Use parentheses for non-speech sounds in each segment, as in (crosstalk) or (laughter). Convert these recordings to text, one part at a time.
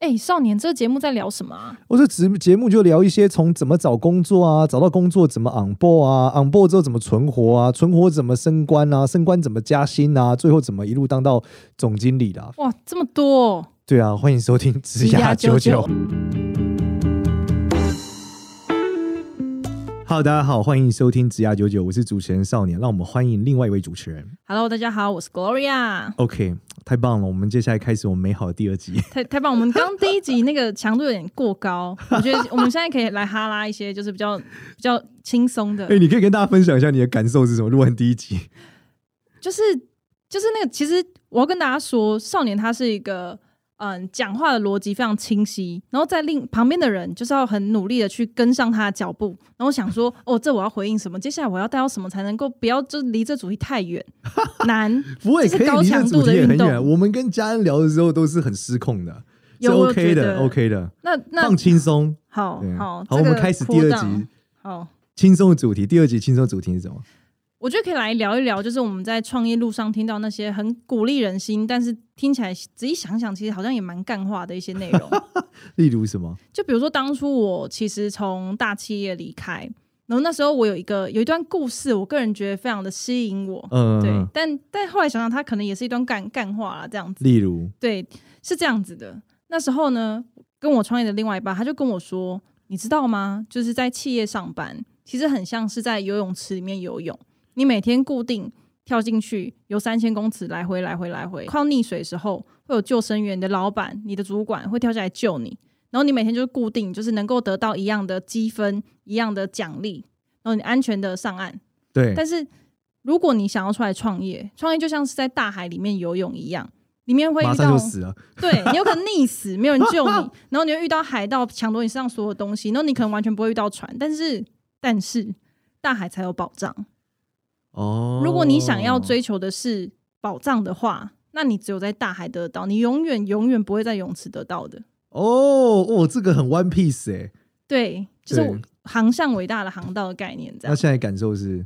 哎、少年，这个节目在聊什么啊？我这节节目就聊一些从怎么找工作啊，找到工作怎么 on board 啊，on board 之后怎么存活啊，存活怎么升官啊，升官怎么加薪啊，最后怎么一路当到总经理啦。哇，这么多、哦！对啊，欢迎收听《职职涯涯九九九》。Hello，大家好，欢迎收听《职涯九九》，我是主持人少年。让我们欢迎另外一位主持人。 Hello，大家好，我是 Gloria。 OK，太棒了！我们接下来开始我们美好的第 (laughs) 二集。太太棒！我们刚第一集那个强度有点过高， (laughs) 我觉得我们现在可以来哈拉一些，就是比较比较轻松的哎、，你可以跟大家分享一下你的感受是什么？录完第一 (laughs) 集，就是就是那个，其实我要跟大家说，少年他是一个嗯，讲话的逻辑非常清晰，然后在另旁边的人就是要很努力的去跟上他的脚步，然后想 (laughs) 说，哦，这我要回应什么，接下来我要带到什么才能够不要就离这主题太远，难。不会这可是以高离这强主度的题也运很远。动我们跟家人聊的时候都是很失控的，是有我 OK 觉的得，OK 的，那那放轻松。好对啊好，好，这我们个开始第 cool 二 down 集好。轻松的主题。第二集轻松的主题是什么？我觉得可以来聊一聊，就是我们在创业路上听到那些很鼓励人心，但是听起来仔细想想，其实好像也蛮干话的一些内 (laughs) 容。例如什么？就比如说，当初我其实从大企业离开，然后那时候我有一个有一段故事，我个人觉得非常的吸引我。嗯、对，但但后来想想，它可能也是一段干干话啦，这样子。例如，对，是这样子的。那时候呢，跟我创业的另外一半，他就跟我说：“你知道吗？就是在企业上班，其实很像是在游泳池里面游泳。你每天固定跳进去，游三千公尺，来回来回来回，快要溺水的时候，会有救生员、你的老板、你的主管会跳下来救你。然后你每天就是固定，就是能够得到一样的积分、一样的奖励，然后你安全的上岸。对，但是如果你想要出来创业，创业就像是在大海里面游泳一样，里面会马遇上到就死了。 (laughs) 对你有可能溺死，没有人救你，然后你又遇到海盗抢夺你身上所有东西，然后你可能完全不会遇到船，但是但是大海才有保障。哦，如果你想要，追求的是保障的话，那你只有在大海得到，你永远永远不会在泳池得到的。哦哦，这个很 One Piece 哎、对，就是对我航向伟大的航道的概念，这那样。现在感受是，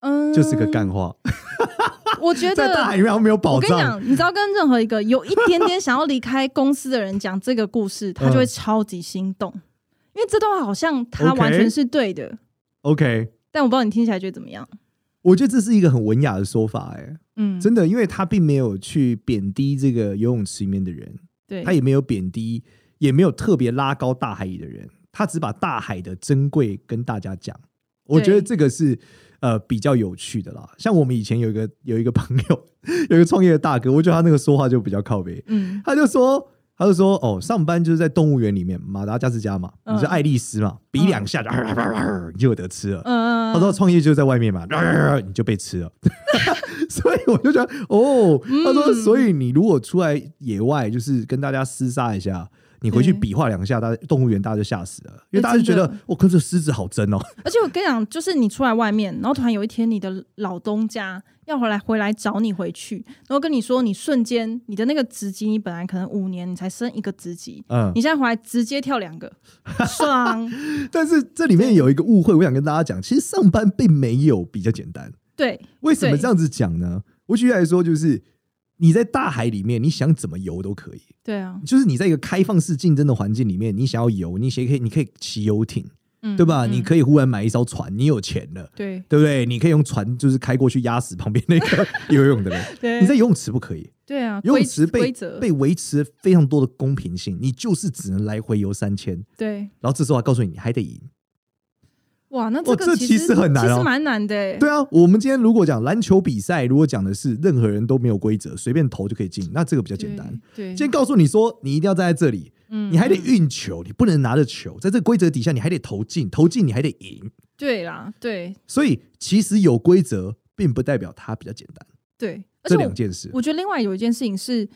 嗯，就是个干。话，我觉在大得海里面好像没有保我跟你障。讲，你知道跟任何一个有一点点想要离开公司的人讲这个故事，他嗯就会超级心动，因为这段话好像他 OK 完全是对的。 OK，但我不知道你听起来觉得怎么样。我觉得这是一个很文雅的说法哎、嗯，真的，因为他并没有去贬低这个游泳池里面的人，对他，也没有贬低，也没有特别拉高大海里的人，他只把大海的珍贵跟大家讲。我觉得这个是呃比较有趣的啦。像我们以前有一个有一个朋友， (laughs) 有一个创业的大哥，我觉得他那个说话就比较靠北，嗯他就说。他就说：“哦，上班就是在动物园里面，马达加斯加嘛，嗯你是爱丽丝嘛，比两下就、你就有得吃了。嗯，他说创业就在外面嘛， (laughs) 你就被吃了。所以我就觉得，哦，他说，所以你如果出来野外，就是跟大家厮杀一下，你回去对比划两下，大家动物园大家就吓死了，因为哎大家就觉真的得，我可是狮子好真哦。而且我跟你讲，就是你出来外面，然后突然有一天你的老东家要回来回来找你回去，然后跟你说，你瞬间你的那个职级，你本来可能五年你才升一个职级，嗯，你现在回来直接跳两个， (laughs) 爽。但是这里面有一个误会，我想跟大家讲，其实上班并没有比较简单。对， (laughs) 为什么对这样子讲呢？我举例来说，就是你在大海里面，你想怎么游都可以。对啊，就是你在一个开放式竞争的环境里面，你想要游，你也可以，你可以骑游艇，嗯，对吧？嗯你可以忽然买一艘船，你有钱了，对对不对？你可以用船就是开过去压死旁边 (laughs) 那个游泳的人。对，你在游泳池不可以，对啊，游规泳池规被则被维持非常多的公平性，你就是只能来回游三千，对。然后这时候还告诉你你还得赢。哇，那这哦这个其实实很难其哦实蛮难的欸。对啊，我们今天如果讲篮球比赛，如果讲的是任何人都没有规则，随便投就可以进，那这个比较简单。对，对，今天告诉你说你一定要站在这里，嗯你还得嗯运球，你不能拿着球，在这个规则底下你还得投进，投进你还得赢。对啦，对所以其实有规则并不代表它比较简单，对，而这且我两件事。我觉得另外有一件事情是，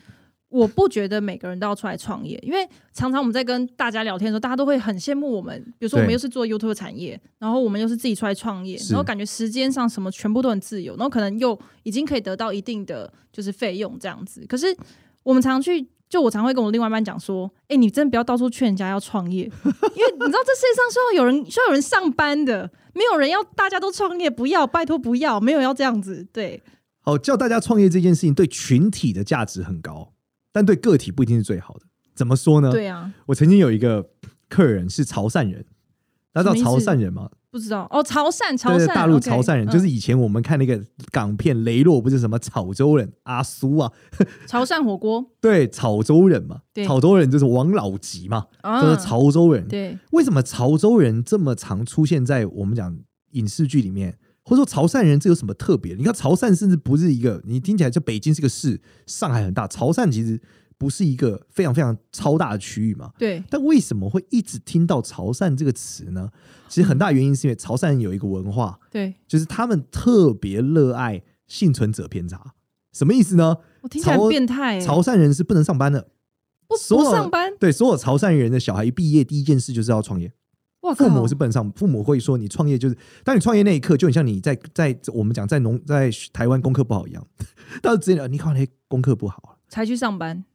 我不觉得每个人都要出来创业，因为常常我们在跟大家聊天的时候，大家都会很羡慕我们，比如说对我们又是做 YouTube 产业，然后我们又是自己出来创业，是然后感觉时间上什么全部都很自由，然后可能又已经可以得到一定的就是费用这样子。可是我们常去。就我常会跟我另外一半讲说，哎、你真的不要到处劝人家要创业，因为你知道这世界上是要有人需要有人上班的，没有人要大家都创业，不要，拜托不要，没有要这样子，对，好，教大家创业这件事情对群体的价值很高，但对个体不一定是最好的。怎么说呢？对啊，我曾经有一个客人是潮汕人，大家知什么道潮意思汕人吗？不知道哦，潮汕，潮对汕，对，大陆 OK，潮汕人，嗯就是以前我们看那个港片雷洛，不是什么潮州人阿苏啊，潮汕火锅对，潮州人嘛，对潮州人就是王老吉嘛，啊，就是潮州人。对，为什么潮州人这么常出现在我们讲影视剧里面，或者说潮汕人这有什么特别？你看潮汕甚至不是一个，你听起来就北京是个市，上海很大，潮汕其实不是一个非常非常超大的区域嘛。对，但为什么会一直听到潮汕这个词呢？其实很大原因是因为潮汕人有一个文化，对，就是他们特别热爱幸存者偏差。什么意思呢？我听起来潮很变态欸，潮汕人是不能上班的，不所有不上班，对，所有潮汕人的小孩一毕业第一件事就是要创业。我靠，父母是不能上，父母会说你创业就是，当你创业那一刻，就很像你在在我们讲在农在台湾功课不好一样， (laughs) 但是直接你看那功课不好，才去上班，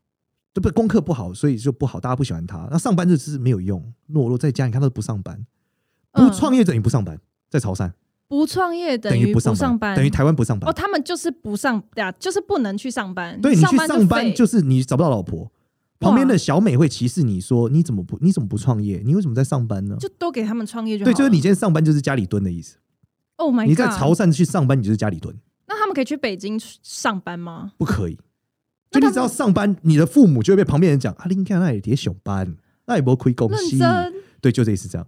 对不？功课不好，所以就不好，大家不喜欢他。那上班就是没有用，懦弱在家，你看他都不上班，不嗯创业等于不上班，在潮汕不创业等于于不不上上班，班，等于台湾不上班哦，。他们就是不上呀，就是不能去上班。对你去班上班废就是你找不到老婆，旁边的小美会歧视你说你怎么不你怎么不创业，你为什么在上班呢？就都给他们创业就好对，了。就是你今天上班就是家里蹲的意思， ，Oh my God！你在潮汕去上班你就是家里蹲。那他们可以去北京上班吗？不可以。就那你他只要上班，你的父母就会被旁边人讲啊，林看那也别上班，那也不会亏公认司。真，？Oh 对，就类似这样。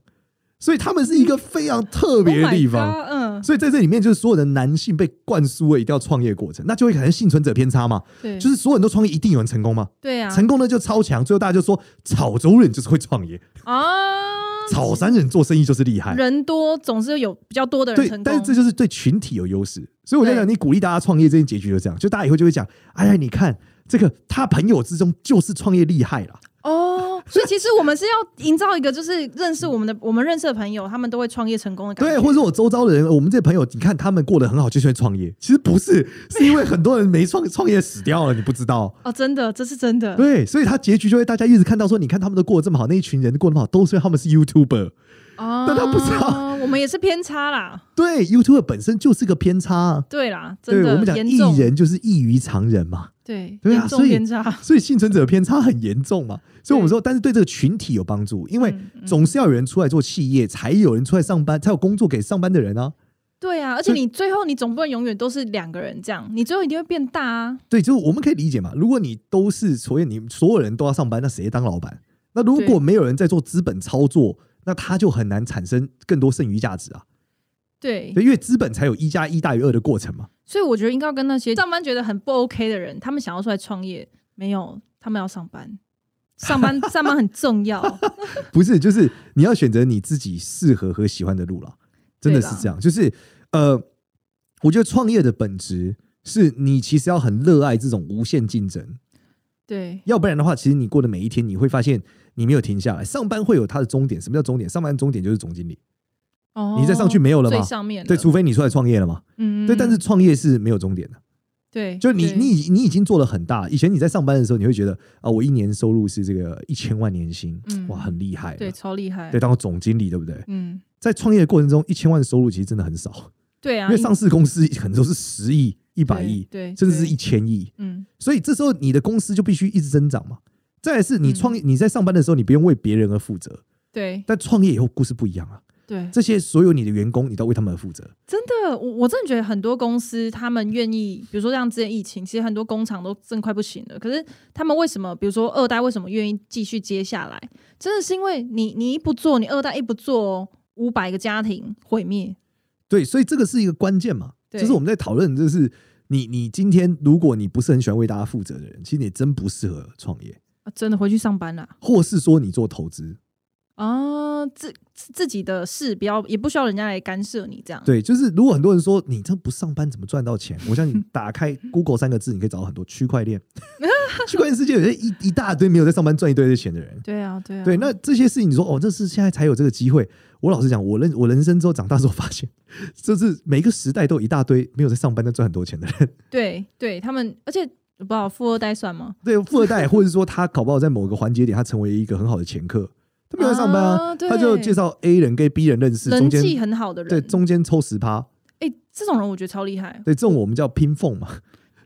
所以他们是一个非常特别的 Oh my 地方。 God，嗯，所以在这里面，就是所有的男性被灌输了一定要创业过程，那就会可能幸存者偏差嘛，对，就是所有人都创业，一定有人成功吗？对啊，成功的就超强，最后大家就说潮州人就是会创业，啊，潮汕人做生意就是厉害。人多总是有比较多的人对成，功，但是这就是对群体有优势。所以我在讲，对你鼓励大家创业，这些结局就这样，就大家以后就会讲，哎呀，你看这个他朋友之中就是创业厉害啦。哦，所以其实我们是要营造一个就是认识我们的我们认识的朋友，他们都会创业成功的感觉。对，或者说我周遭的人，我们这些朋友，你看他们过得很好，就是会创业。其实不是，是因为很多人没创创业死掉了，你不知道。哦，真的，这是真的。 (laughs) 对，所以他结局就会大家一直看到说，你看他们都过得这么好，那一群人过得那么好，都是因为他们是 YouTuber。哦，但他不知道我们也是偏差啦，对，YouTuber 本身就是个偏差啊。对啦，真对的，我们讲严艺重，人就是异于常人嘛。对，对啊严所重以偏差，所以幸存者偏差很严重嘛。所以我们对说，但是对这个群体有帮助，因为嗯嗯总是要有人出来做企业，才有人出来上班，才有工作给上班的人啊。对啊，而且你最后你总不能永远都是两个人这样，你最后一定会变大啊。对，就是我们可以理解嘛。如果你都是所以你所有人都要上班，那谁当老板？那如果对没有人在做资本操作，那他就很难产生更多剩余价值啊。对，对，因为资本才有一加一大于二的过程嘛。所以我觉得应该要跟那些上班觉得很不 OK 的人，他们想要出来创业，没有，他们要上 (laughs) 班，上班上班很重要。不是，就是你要选择你自己适合和喜欢的路了，真的是对啦这样。就是呃，我觉得创业的本质是你其实要很热爱这种无限竞争，对，要不然的话，其实你过的每一天，你会发现你没有停下来。上班会有它的终点，什么叫终点？上班终点就是总经理，哦，你再上去没有了最嘛？上面了对，除非你出来创业了嘛。嗯，对，但是创业是没有终点的，对，就你对你已你已经做了很大。以前你在上班的时候，你会觉得啊、我一年收入是这个一千万年薪，嗯哇，很厉害了。对超厉害，对，当个总经理，对不对？嗯，在创业的过程中，一千万收入其实真的很少，对啊，因为上市公司可能都是十亿、一百对亿，对，甚至是对一千亿，嗯，所以这时候你的公司就必须一直增长嘛。再来是你嗯创业，你在上班的时候，你不用为别人而负责，对但创业以后故事不一样啊。对，这些所有你的员工，你都要为他们而负责。真的，我我真的觉得很多公司他们愿意，比如说像之前疫情，其实很多工厂都真快不行了。可是他们为什么，比如说二代为什么愿意继续接下来？真的是因为你你一不做，你二代一不做，哦五百个家庭毁灭。对，所以这个是一个关键嘛。对就是我们在讨论，就是你你今天如果你不是很喜欢为大家负责的人，其实你真不适合创业，啊真的回去上班啦！或是说你做投资，啊，自自自己的事不要，也不需要人家来干涉你这样。对，就是如果很多人说你这不上班怎么赚到钱，我想你打开 Google 三个字，你可以找到很多区块链， (laughs) 区块链世界有些一一大堆没有在上班赚一堆的钱的人。对啊，对啊，对，那这些事情你说哦，这是现在才有这个机会。我老实讲，我人我人生之后长大之后发现，就是每个时代都有一大堆没有在上班但赚很多钱的人。对对，他们而且不知道富二代算吗？对，富二代或者说他搞不好在某个环节点，他成为一个很好的前客，他没有在上班啊，啊对他就介绍 A 人跟 B 人认识，中人气间很好的人，对中间抽十趴，哎、这种人我觉得超厉害。对这种我们叫拼缝嘛。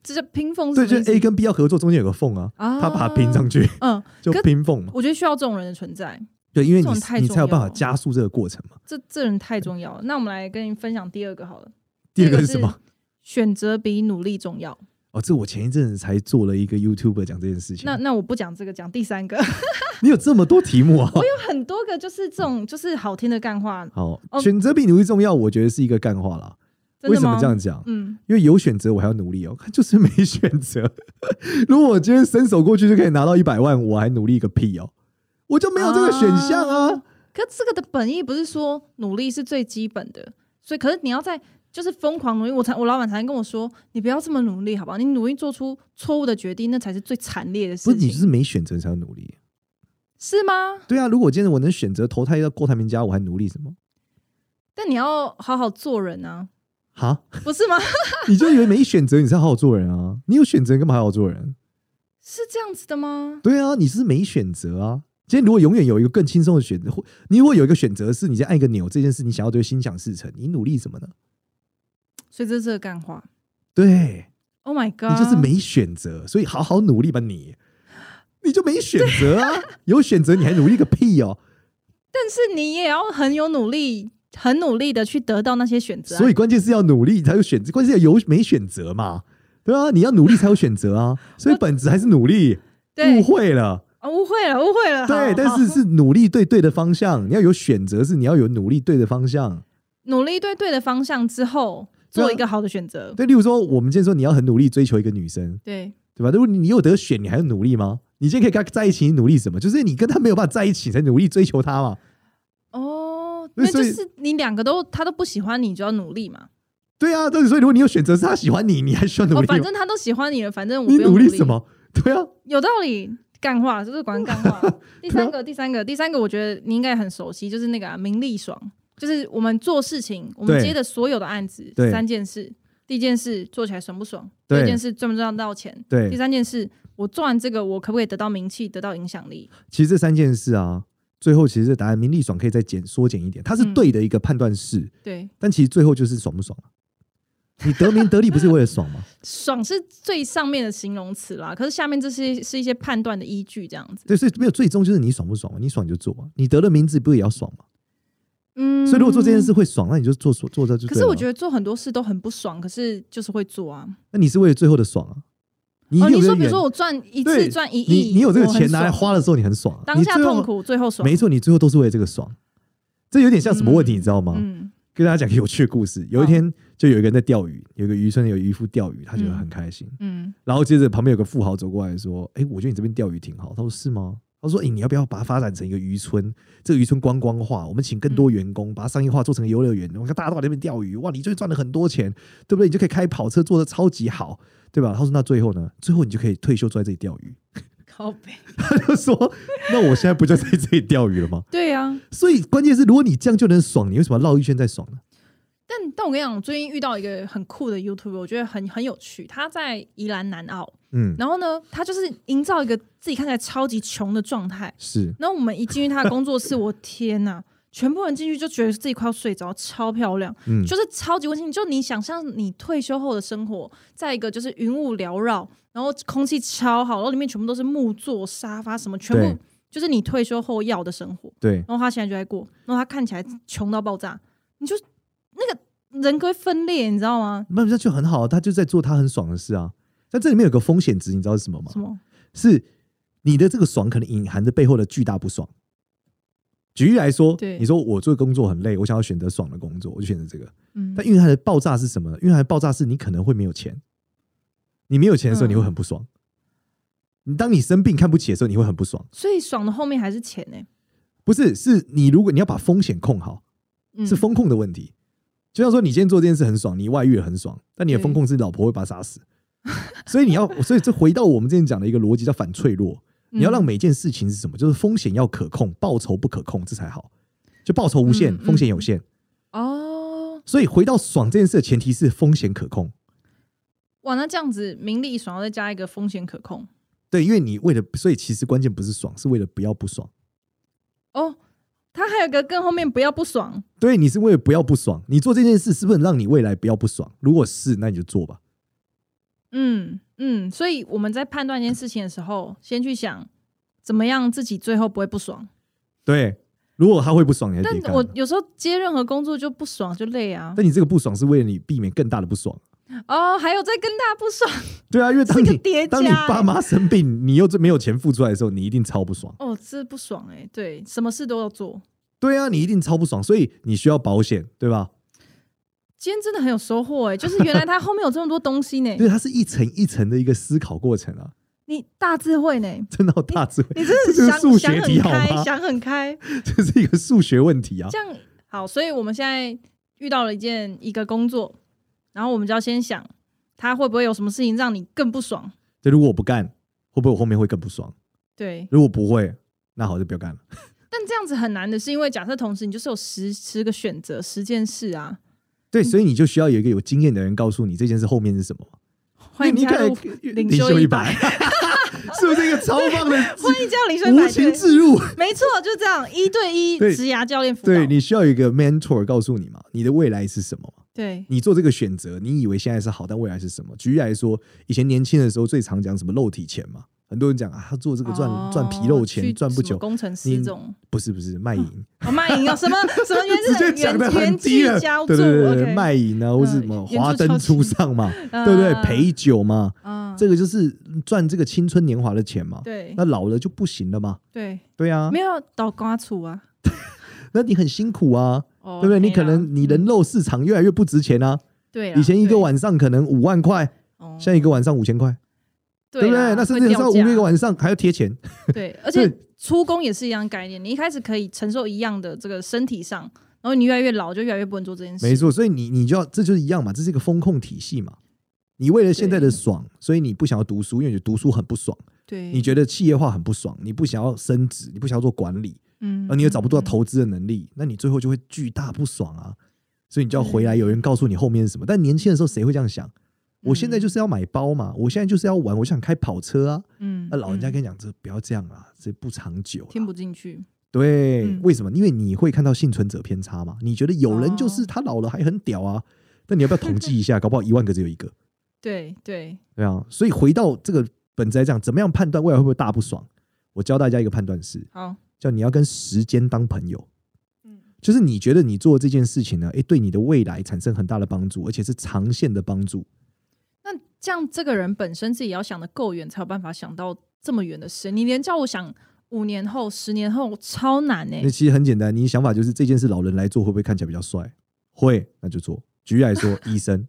就是拼缝对，是什就么意是思 A 跟 B 要合作，中间有个缝啊，啊，他把它拼上去嗯，就可拼缝嘛。我觉得需要这种人的存在，对，因为这种你太你重才有办要法了加速这个过程嘛。这这人太重要了。那我们来跟你分享第二个好了，第这二个个是什么？？选择比努力重要。哦，这我前一阵子才做了一个 YouTube 讲这件事情。那那我不讲这个，讲第三个， (laughs) 你有这么多题目啊？有很多个就是这种就是好听的干话，好，哦选择比努力重要，我觉得是一个干话啦。真为的什吗？么这样讲？嗯，因为有选择，我还要努力哦。看，就是没选择。 (laughs) 如果我今天伸手过去就可以拿到一百万，我还努力个屁哦！我就没有这个选项啊。可这个的本意不是说努力是最基本的，所以可是你要在就是疯狂努力，我才我老板才跟我说，你不要这么努力，好不好？你努力做出错误的决定，那才是最惨烈的事不是，你情，就是没选择才要努力。是吗？对啊，如果今天我能选择投胎到郭台铭家，我还努力什么？但你要好好做人啊，哈，不是吗？ (laughs) 你就以为没选择你才好好做人啊？你有选择，你干嘛还好好做人？是这样子的 (laughs) 吗？对啊，你是没选择啊。今天如果永远有一个更轻松的选择，或你如果有一个选择是你先按一个钮，这件事你想要对心想事成，你努力什么呢？所以这是这个干话。对 Oh my 你 god！就是没选择，所以好好努力吧你，你就没选 (laughs) 择啊，有选择你还努力个屁哦！但是你也要很有努力，很努力的去得到那些选择、啊。所以关键是要努力才有选择，关键是要有没选择嘛，对啊，你要努力才有选择啊，所以本质还是努力，误对，会了。啊误会了，误 (laughs) 会了。对，好但好是是努力对对的方向，你要有选择，是你要有努力对的方向。努力对对的方向之后，对啊做一个好的选择。对，例如说，我们今天说你要很努力追求一个女生，对，对吧？如果你有得选，你还要努力吗？你今天可以跟她在一起，你努力什么？就是你跟她没有办法在一起，才努力追求她嘛。哦，对那就所以是你两个都他都不喜欢你，就要努力嘛。对啊，对，所以如果你有选择是她喜欢你，你还需要努哦，力吗？反正他都喜欢你了，反正我不你用努力力什？么？对啊，有道理，干话，这是管干 (laughs) 话。第三个，第三个，第三个，我觉得你应该很熟悉，就是那个、啊、名利爽，就是我们做事情，我们对接的所有的案子，对三件事。第一件事做起来爽不爽？第对二件事赚不赚得到钱？第对，三件事，我做完这个，我可不可以得到名气，得到影响力？其实这三件事啊，最后其实答案名利爽可以再减缩减一点，它是嗯对的一个判断式，对，但其实最后就是爽不爽啊、你得名得利不是为了爽吗？爽是最上面的形容词啦，可是下面这些是一些判断的依据，这样子。对，所以没有最终就是你爽不爽嘛，你爽你就做嘛，你得了名字不是也要爽嘛？嗯所以如果做这件事，会爽，那你就做做做这就可对是我觉得，得做很多事都很不爽，可是就是会做啊。那你是为了最后的爽啊？你一哦，定你有这说个比如原说我赚一对次赚一亿，你你有这个我很钱拿来爽花的时候，你很爽啊，当下你最后痛，苦，最后爽。没错，你最后都是为了这个爽。这有点像什么问题，嗯你知道吗？嗯，哦跟大家讲个有趣的故事。有一天，就有一个人在钓鱼，有一个渔村有渔夫钓鱼，他觉得嗯很开心。嗯然后接着旁边有个富豪走过来说：“哎、我觉得你这边钓鱼挺好。”他说：“是吗？”他说：“哎、你要不要把它发展成一个渔村？这个渔村观光化，我们请更多员工，把它商业化，做成游乐园。我看大家都在那边钓鱼，哇，你就会赚了很多钱，对不对？你就可以开跑车，做的超级好，对吧？”他说：“那最后呢？最后你就可以退休坐在这里钓鱼。 (laughs) 靠背。”他就说：“那我现在不就在这里钓鱼了吗 (laughs) 对啊，？”所以关键是，如果你这样就能爽，你为什么要绕一圈再爽呢？但但我跟你讲，我最近遇到一个很酷的 YouTube，我觉得很很有趣。他在宜兰南澳，嗯，然后呢，他就是营造一个自己看起来超级穷的状态。是然后我们一进去他的工作室， (laughs) 我天呐，全部人进去就觉得自己快要睡着，超漂亮，嗯就是超级温馨。就你想象你退休后的生活，在一个就是云雾缭绕，然后空气超好，然后里面全部都是木座、沙发什么，全对部就是你退休后要的生活。对，然后他现在就在过，然后他看起来穷到爆炸，你就那个人格会分裂，你知道吗？那这就很好，他就在做他很爽的事啊。但这里面有个风险值，你知道是什么吗什？么？是你的这个爽可能隐含着背后的巨大不爽。举例来说对，你说我做工作很累，我想要选择爽的工作，我就选择这个。嗯但，蕴含的爆炸是什么呢？蕴含的爆炸是你可能会没有钱，你没有钱的时候嗯你会很不爽。你当你生病看不起的时候，你会很不爽。所以爽的后面还是钱呢、不是，是你如果你要把风险控好，嗯，是风控的问题。就像说，你今天做这件事很爽，你外遇了很爽，但你的对风控是老婆会把他杀死，所以你要，所以这回到我们之前讲的一个逻辑叫反脆弱。你要让嗯每件事情是什么？就是风险要可控，报酬不可控，这才好。就报酬无限，嗯嗯风险有限。哦，所以回到爽这件事的前提是风险可控。哇，那这样子名利爽，要再加一个风险可控对，因为你为了，所以其实关键不是爽，是为了不要不爽。哦。他还有一个更后面不要不爽，对，你是为了不要不爽。你做这件事是不是能让你未来不要不爽？如果是，那你就做吧。嗯嗯，所以我们在判断一件事情的时候，先去想怎么样自己最后不会不爽。对，如果他会不爽，你还得但干我嘛有时候接任何工作就不爽就累啊。但你这个不爽是为了你避免更大的不爽。哦，还有在跟大家不爽对啊，因为当是个你叠加当欸、你爸妈生病，你又没有钱付出来的时候，你一定超不爽。哦，这不爽哎、对，什么事都要做。对啊，你一定超不爽，所以你需要保险，对吧？今天真的很有收获哎、就是原来他后面有这么多东西 (laughs) 呢、因为它是一层一层的一个思考过程啊，你大智慧 (laughs) 呢、真的好大智慧。你真的这就是想数想学很题好开，吗？想很开，这是一个数学问题啊。这样好。所以我们现在遇到了一件一个工作，然后我们就要先想他会不会有什么事情让你更不爽。就如果我不干，会不会我后面会更不爽？对，如果不会，那好就不要干了。但这样子很难的是，因为假设同时你就是有十十个选择，十件事啊。对，所以你就需要有一个有经验的人告诉你这件事后面是什么。欢迎你加看入，领领袖袖一一百百， (laughs) 是不是一个超棒 (laughs) 的欢迎加入林轩无情置入？没错，就这样一对一对职涯教练辅导。对你需要有一个 mentor 告诉你嘛，你的未来是什么嘛？对你做这个选择，你以为现在是好，但未来是什么？举例来说，以前年轻的时候最常讲什么肉体钱嘛，很多人讲啊，他做这个赚、哦赚皮肉去钱，赚不什么久。工程师这种，不是不是 (laughs) 卖淫，哦，卖淫哦， (laughs) 什么什么原直接讲的原很原低剧了，浇筑对对对对， ，OK，卖淫啊，或是嗯什么原华著超灯初级嗯 (laughs) 上嘛，对对不对？陪酒嘛，啊，这个就是赚这个青春年华的钱嘛。对那老了就不行了嘛，对，对啊没，有倒瓜处啊，那你很辛苦啊，哦对不对？你没可啦能你嗯人肉市场越来越不值钱啊，对啦，以前一个对，晚上可能五万块，哦现在一个晚上五千块，对对不啦对？那甚至有时候会掉五价个晚上还要 (laughs) 贴钱，对，而且对出工也是一样概念，你一开始可以承受一样的这个身体上，然后你越来越老就越来越不能做这件事，没错。所以你你就要这就是一样嘛，这是一个风控体系嘛。你为了现在的爽，所以你不想要读书，因为你读书很不爽，对，你觉得企业化很不爽，你不想要升职，你不想要做管理，啊嗯而你又找不到嗯投资的能力，那你最后就会巨大不爽啊。所以你就要嗯回来，有人告诉你后面是什么。但年轻的时候谁会这样想？我现在就是要买包嘛，我现在就是要玩，我想开跑车啊。嗯，那老人家嗯跟你讲，这不要这样啦，这不长久啦。听不进去，对，嗯为什么？因为你会看到幸存者偏差嘛。你觉得有人就是哦他老了还很屌啊，但你要不要统计一 (laughs) 下？搞不好一万个只有一个，对对，对啊。所以回到这个本质来讲，怎么样判断未来会不会大不爽？我教大家一个判断是，好，叫你要跟时间当朋友。嗯就是你觉得你做这件事情呢，诶，对你的未来产生很大的帮助，而且是长线的帮助。那这样，这个人本身自己要想的够远，才有办法想到这么远的事。你连叫我想五年后、十年后，超难欸呢、那其实很简单，你想法就是这件事老人来做会不会看起来比较帅？会，那就做。举例来说， (laughs) 医生，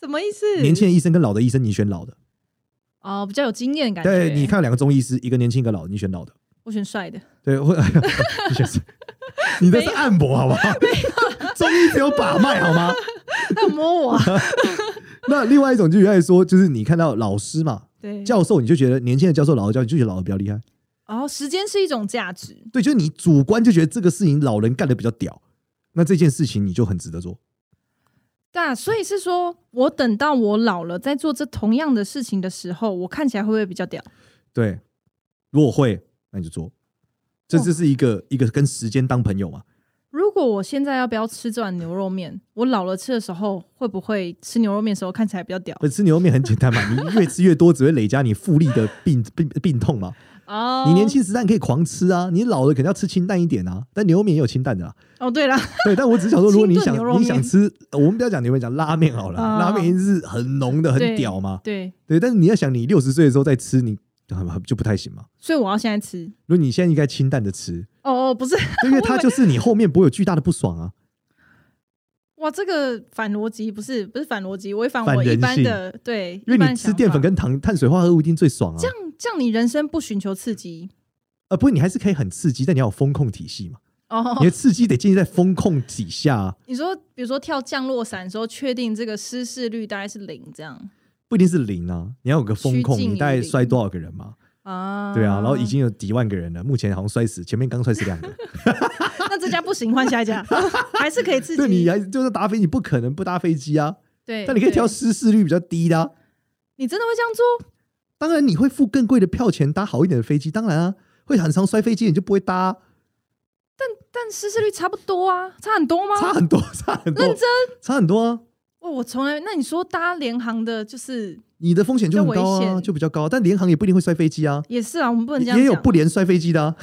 什么意思？年轻的医生跟老的医生，你选老的。哦，比较有经验感觉。对，你，看两个中医师，一个年轻，一个老，你选老的。我选帅的。 (laughs) 对，会，你选谁？ (laughs) 你那是按摩好不好？中医只有把脉好吗？那摸我、啊。那另外一种就来说，就是你看到老师嘛，对。教授，你就觉得年轻的教授，老的教授，你就觉得老的比较厉害。哦，时间是一种价值。对，就是你主观就觉得这个事情老人干的比较屌，那这件事情你就很值得做。对啊，所以是说我等到我老了，在做这同样的事情的时候，我看起来会不会比较屌？对，如果会，那你就做。这哇这是一个一个跟时间当朋友嘛。如果我现在要不要吃这碗牛肉面，我老了吃的时候，会不会吃牛肉面的时候看起来比较屌？呃吃牛肉面很简单嘛，你越吃越多，只会累加你复利的病病病痛嘛。哦，你年轻时代你可以狂吃啊，你老了肯定要吃清淡一点啊。但牛肉面也有清淡的啦。哦，对了，对，但我只想说，如果你清想炖牛肉你面想吃，呃我们不要讲牛肉面，讲拉面好了，哦拉面一定是很浓的，很对屌嘛。对，对，但是你要想，你六十岁的时候再吃，你就不太行嘛。所以我要现在吃。如果你现在应该清淡的吃，哦哦，不是，对因为它就是你后面不会有巨大的不 (laughs) 爽啊。哇，这个反逻辑不是不是反逻辑，违反反我一人般性的对，因为一般你的吃想淀粉法跟糖、碳水化合物一定最爽啊。这样这样，你人生不寻求刺激呃，不过你还是可以很刺激，但你要有风控体系嘛。哦你。的刺激得建立在风控底下、啊，你说，比如说跳降落伞的时候，确定这个失事率大概是零这样不一定是零啊。你要有个风控，趋近于你大概零摔多少个人嘛？啊？对啊，然后已经有几万个人了，目前好像摔死，前面刚摔死两个。 (laughs) 那这家不行，换下一 (laughs) 家，还是可以刺激。对，你还就是搭飞，你不可能不搭飞机啊。对，但你可以挑对，失事率比较低的、啊，你真的会这样做？当然你会付更贵的票钱搭好一点的飞机，当然啊，会很常摔飞机你就不会搭啊、但失事率差不多啊，差很多吗？差很多，差很多， (laughs) 认真差很多啊。哇，我从来那你说搭联航的，就是你的风险就很高比较危啊，险就比较高。但联航也不一定会摔飞机啊，也是啊，我们不能这样也有讲不连摔飞机的啊。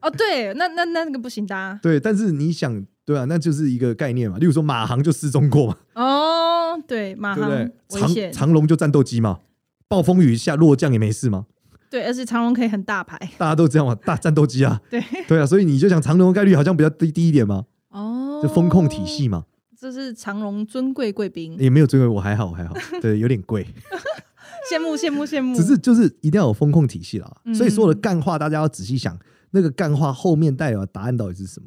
哦，对，那那那那个不行搭对，但是你想，对啊，那就是一个概念嘛。例如说马航就失踪过嘛，哦，对，马对不航对？危长险，长龙就战斗机嘛，暴风雨下落降也没事嘛，对，而且长龙可以很大牌，大家都这样嘛，大战斗机啊，对，对啊，所以你就想长龙的概率好像比较低低一点嘛，哦， (laughs) 就风控体，系哎嘛，这是长龙尊贵贵宾，也没有追尾我还好 (laughs) 我还好，对，有点贵，羡慕羡慕羡慕，只是就是一定要有风控体系啦。嗯所以说的干话大家要仔细想，那个干话后面带有的答案到底是什么？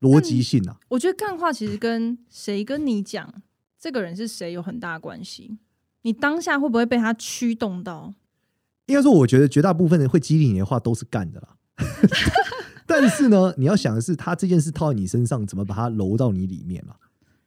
逻辑性啊，我觉得干话其实跟谁跟你讲，这个人是谁有很大关系。你当下会不会被他驱动到？应该说，我觉得绝大部分人会激励你的话都是干的啦。 (laughs) 但是呢，你要想的是，他这件事套在你身上，怎么把它揉到你里面嘛？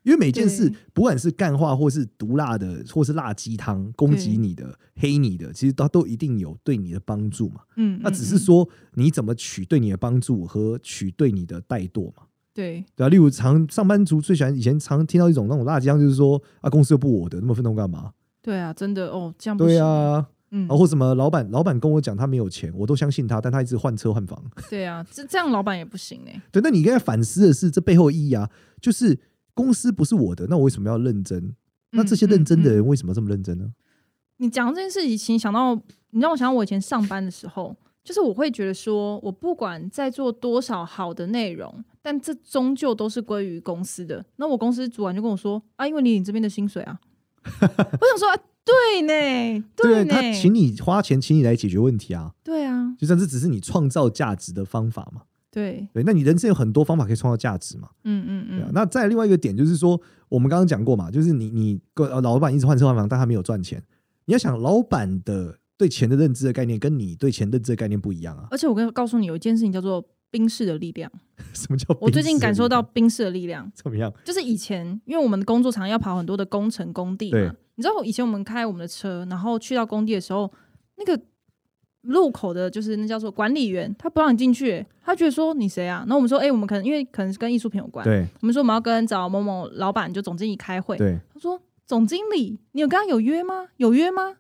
因为每件事对，不管是干话，或是毒辣的，或是辣鸡汤，攻击对你的、黑你的，其实它都一定有对你的帮助嘛。嗯，那嗯只是嗯说你怎么取对你的帮助和取对你的怠惰嘛，对对啊，例如常上班族最喜欢以前常听到一种那种辣鸡汤，就是说啊，公司又不我的，那么愤怒干嘛？对啊，真的哦，这样不对行。啊，嗯啊，，或什么老板，老板跟我讲他没有钱，我都相信他，但他一直换车换房。 (laughs) 对啊，这这样老板也不行呢、欸对，那你应该反思的是这背后的意义啊，就是公司不是我的，那我为什么要认真？那这些认真的嗯嗯嗯人为什么这么认真呢？你讲到这件事情，想到你让我想到我以前上班的时候，就是我会觉得说，我不管在做多少好的内容，但这终究都是归于公司的。那我公司主管就跟我说啊，因为你领这边的薪水啊，我想说、啊、对呢，对啊他呢，请你花钱，请你来解决问题啊，对啊，就像这只是你创造价值的方法嘛。对，对，那你人生有很多方法可以创造价值嘛。嗯嗯对啊嗯，，那再另外一个点就是说，我们刚刚讲过嘛，就是你你呃老板一直换车换房，但他没有赚钱。你要想老板的对钱的认知的概念，跟你对钱认知的概念不一样啊。而且我跟告诉你，有一件事情叫做冰室的力量。 (laughs) 什么叫？我最近感受到冰室的力量，怎么样？就是以前因为我们的工作常要跑很多的工程工地对嘛，你知道以前我们开我们的车，然后去到工地的时候，那个路口的就是那叫做管理员，他不让你进去、他觉得说你谁啊？然后我们说，哎、我们可能因为可能是跟艺术品有关，对我们说我们要跟找某某老板就总经理开会，对，他说：“总经理，你有跟他有约吗？有约吗？”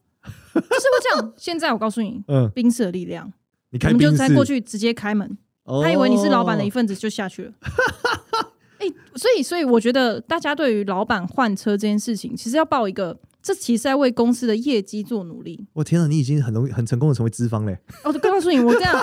就是会这样。现在我告诉你，嗯，冰室的力量，你我开们就宾再士，过去直接开门，哦他以为你是老板的一份子就下 (laughs) 去了。哎、所以所以我觉得大家对于老板换车这件事情，其实要抱一个，这其实在为公司的业绩做努力。我天啊，你已经很容易很成功的成为资方嘞。哦，对，告诉你，我这 (laughs) 样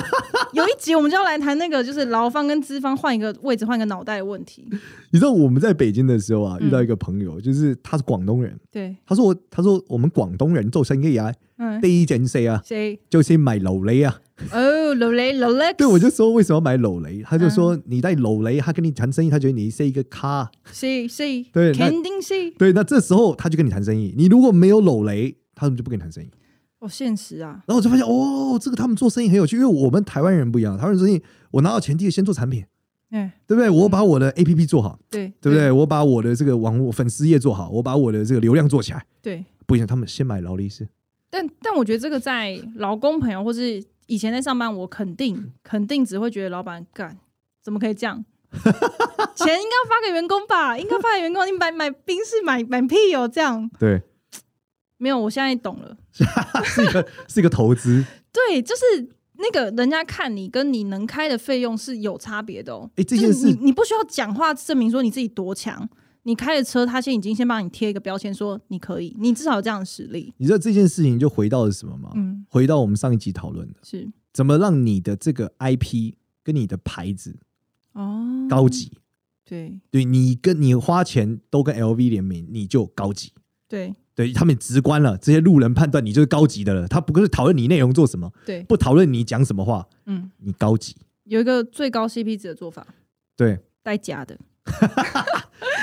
有一集我们就要来谈那个，就是劳方跟资方换一个位置、换一个脑袋的问题。你知道我们在北京的时候啊，嗯遇到一个朋友，就是他是广东人，对，他说我他说我们广东人做生意啊，嗯，第一件事啊谁？就是买楼雷啊。哦，劳雷，劳雷，对，我就说为什么要买楼雷，他就说嗯你带楼雷，他跟你谈生意，他觉得你是一个咖。谁谁？对那肯定是。对，那这时候他就跟你谈生意，你如果没有楼雷，他们就不跟你谈生意。哦，现实啊，然后我就发现哦，这个他们做生意很有趣，因为我们台湾人不一样，台湾人做生意，我拿到钱第一个先做产品，哎、对不对？我把我的 A P P 做好，对，对不对？？我把我的这个网络粉丝页做好，我把我的这个流量做起来，对，不一样。他们先买劳力士，但但我觉得这个在劳工朋友或是以前在上班，我肯嗯定肯定只会觉得老板干怎么可以这样？ (laughs) 钱应该发给员工吧，应该发给员工。你买买冰室买买屁哦，这样对，没有。我现在懂了，是一个是一个投资。对，就是那个人家看你跟你能开的费用是有差别的哦。哎，这就件是事你你不需要讲话证明说你自己多强，你开的车他先已经先帮你贴一个标签说你可以，你至少有这样的实力。你知道这件事情就回到了什么吗？嗯，回到我们上一集讨论的，是怎么让你的这个 IP 跟你的牌子哦，高级。对对你跟你花钱都跟 LV 联名，你就高级。对对他们直观了，这些路人判断你就是高级的了。他不是讨论你内容做什么，对，不讨论你讲什么话，嗯。你高级。有一个最高 CP 值的做法，对，带假的。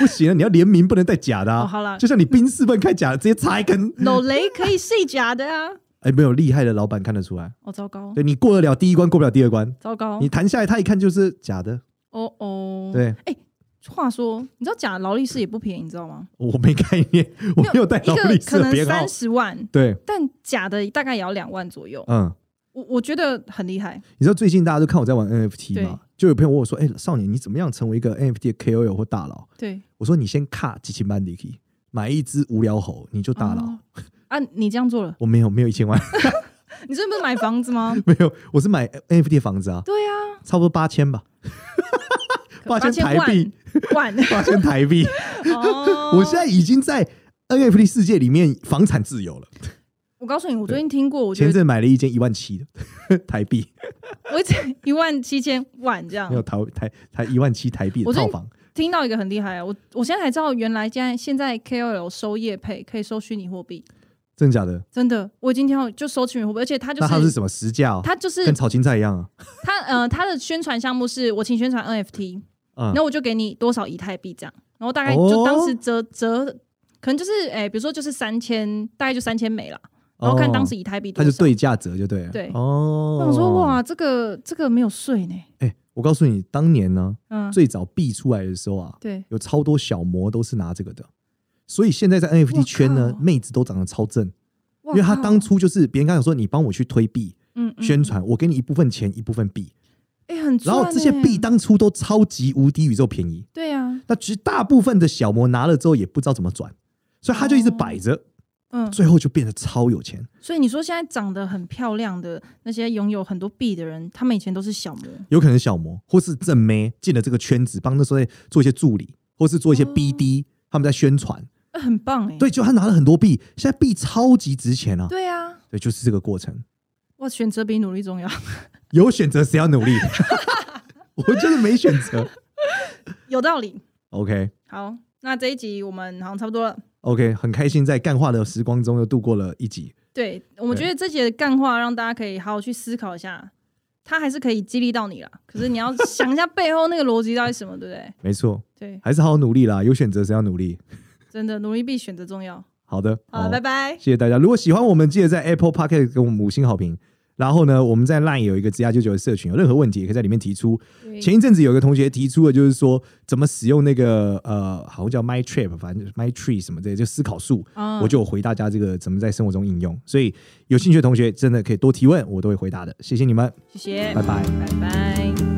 不行，啊你要联名不能带假的、啊。哦好啦就像你宾士不能开假的，直接插一根。老雷可以是假的啊！哎，没有厉害的老板看得出来，哦，糟糕，对你过得了第一关，过不了第二关。糟糕你，谈下来，他一看就是假的。哦哦。，对话说，你知道假劳力士也不便宜，你知道 (laughs) 吗？我没概念，我没有带一劳个力士可的能编号三。十万，对，但假的大概也要两万左右。嗯，我我觉得很厉害。你知道最近大家都看我在玩对 NFT 嘛？就有朋友问我说：“哎，少年，你怎么样成为一个 NFT 的 KOL 或大佬对，？”我说：“你先卡几千万 d i k 买一只无聊猴，你就大佬。哦啊，你这样做了，我没有没有一千万， (laughs) 你最近不是买房子吗？没有，我是买 NFT 的房子啊，对啊，差不多八 (laughs) 千吧，八千台币，万八千台币。哦。 (laughs) 我现在已经在 NFT 世界里面房产自由了。我告诉你，我最近听过，我觉前得哦阵买了一间一万七的台币，我一万七千万这样没，有台台台一万七台币的我最套近房。听到一个很厉害啊！我我现在才知道，原来现在现在 KOL 收业配可以收虚拟货币，真的假的？真的，我已经听到就收虚拟货币，而且它就那它是是什么实价、哦？它就是跟炒青菜一样啊。它呃它的宣传项目是我请宣传 NFT，嗯那我就给你多少以太币这样，然后大概哦就当时折折，可能就是哎、比如说就是三千，大概就三千美啦，然后看当时以太币哦它多就少。对价折就对了。对哦我，想说哇，这个这个没有税呢，哎、我告诉你，当年呢，嗯，最早币出来的时候啊，对，有超多小模都是拿这个的，所以现在在 NFT 圈呢哇，靠妹子都长得超正，因因为他当初就是别人刚想说你帮我去推币嗯嗯宣传，我给你一部分钱一部分币，哎、很然赚后这些欸币当初都超级无敌宇宙便宜，对啊，那其实大部分的小模拿了之后也不知道怎么转，所以他就一直摆着，嗯，最后就变得超有钱。所以你说现在长得很漂亮的那些拥有很多币的人，他们以前都是小模，有可能是小模或是正妹进了这个圈子，帮那时候在做一些助理，或是做一些哦 BD，、他们在宣传。那很棒哎、欸。对，就他拿了很多币，现在币超级值钱啊！对啊，对，就是这个过程，哇，选择比努力重要。 (laughs) 有选择谁要努力？ (laughs) 我就是没选择。有道理。 OK 好，那这一集我们好像差不多了。 OK，很开心在干话的时光中又度过了一集。对，我们对觉得这集的干话让大家可以好好去思考一下，它还是可以激励到你啦。可是你要想一下背后那个逻辑到底是什么，对不对？ (laughs) 没错，对，还是好好努力啦，有选择谁要努力。真的努力比选择重要。好的，好，拜拜。谢谢大家。如果喜欢我们，记得在 Apple p o c k e t 给我们五星好评。然后呢，我们在 LINE 有一个职涯九九的社群，有任何问题也可以在里面提出。前一阵子有一个同学提出了，就是说怎么使用那个呃，好像叫 My Trip，反正就是 My Tree 什么之类的，就思考树。啊我就有回答大家这个怎么在生活中应用。所以有兴趣的同学真的可以多提问，我都会回答的。谢谢你们，谢谢，拜拜。拜拜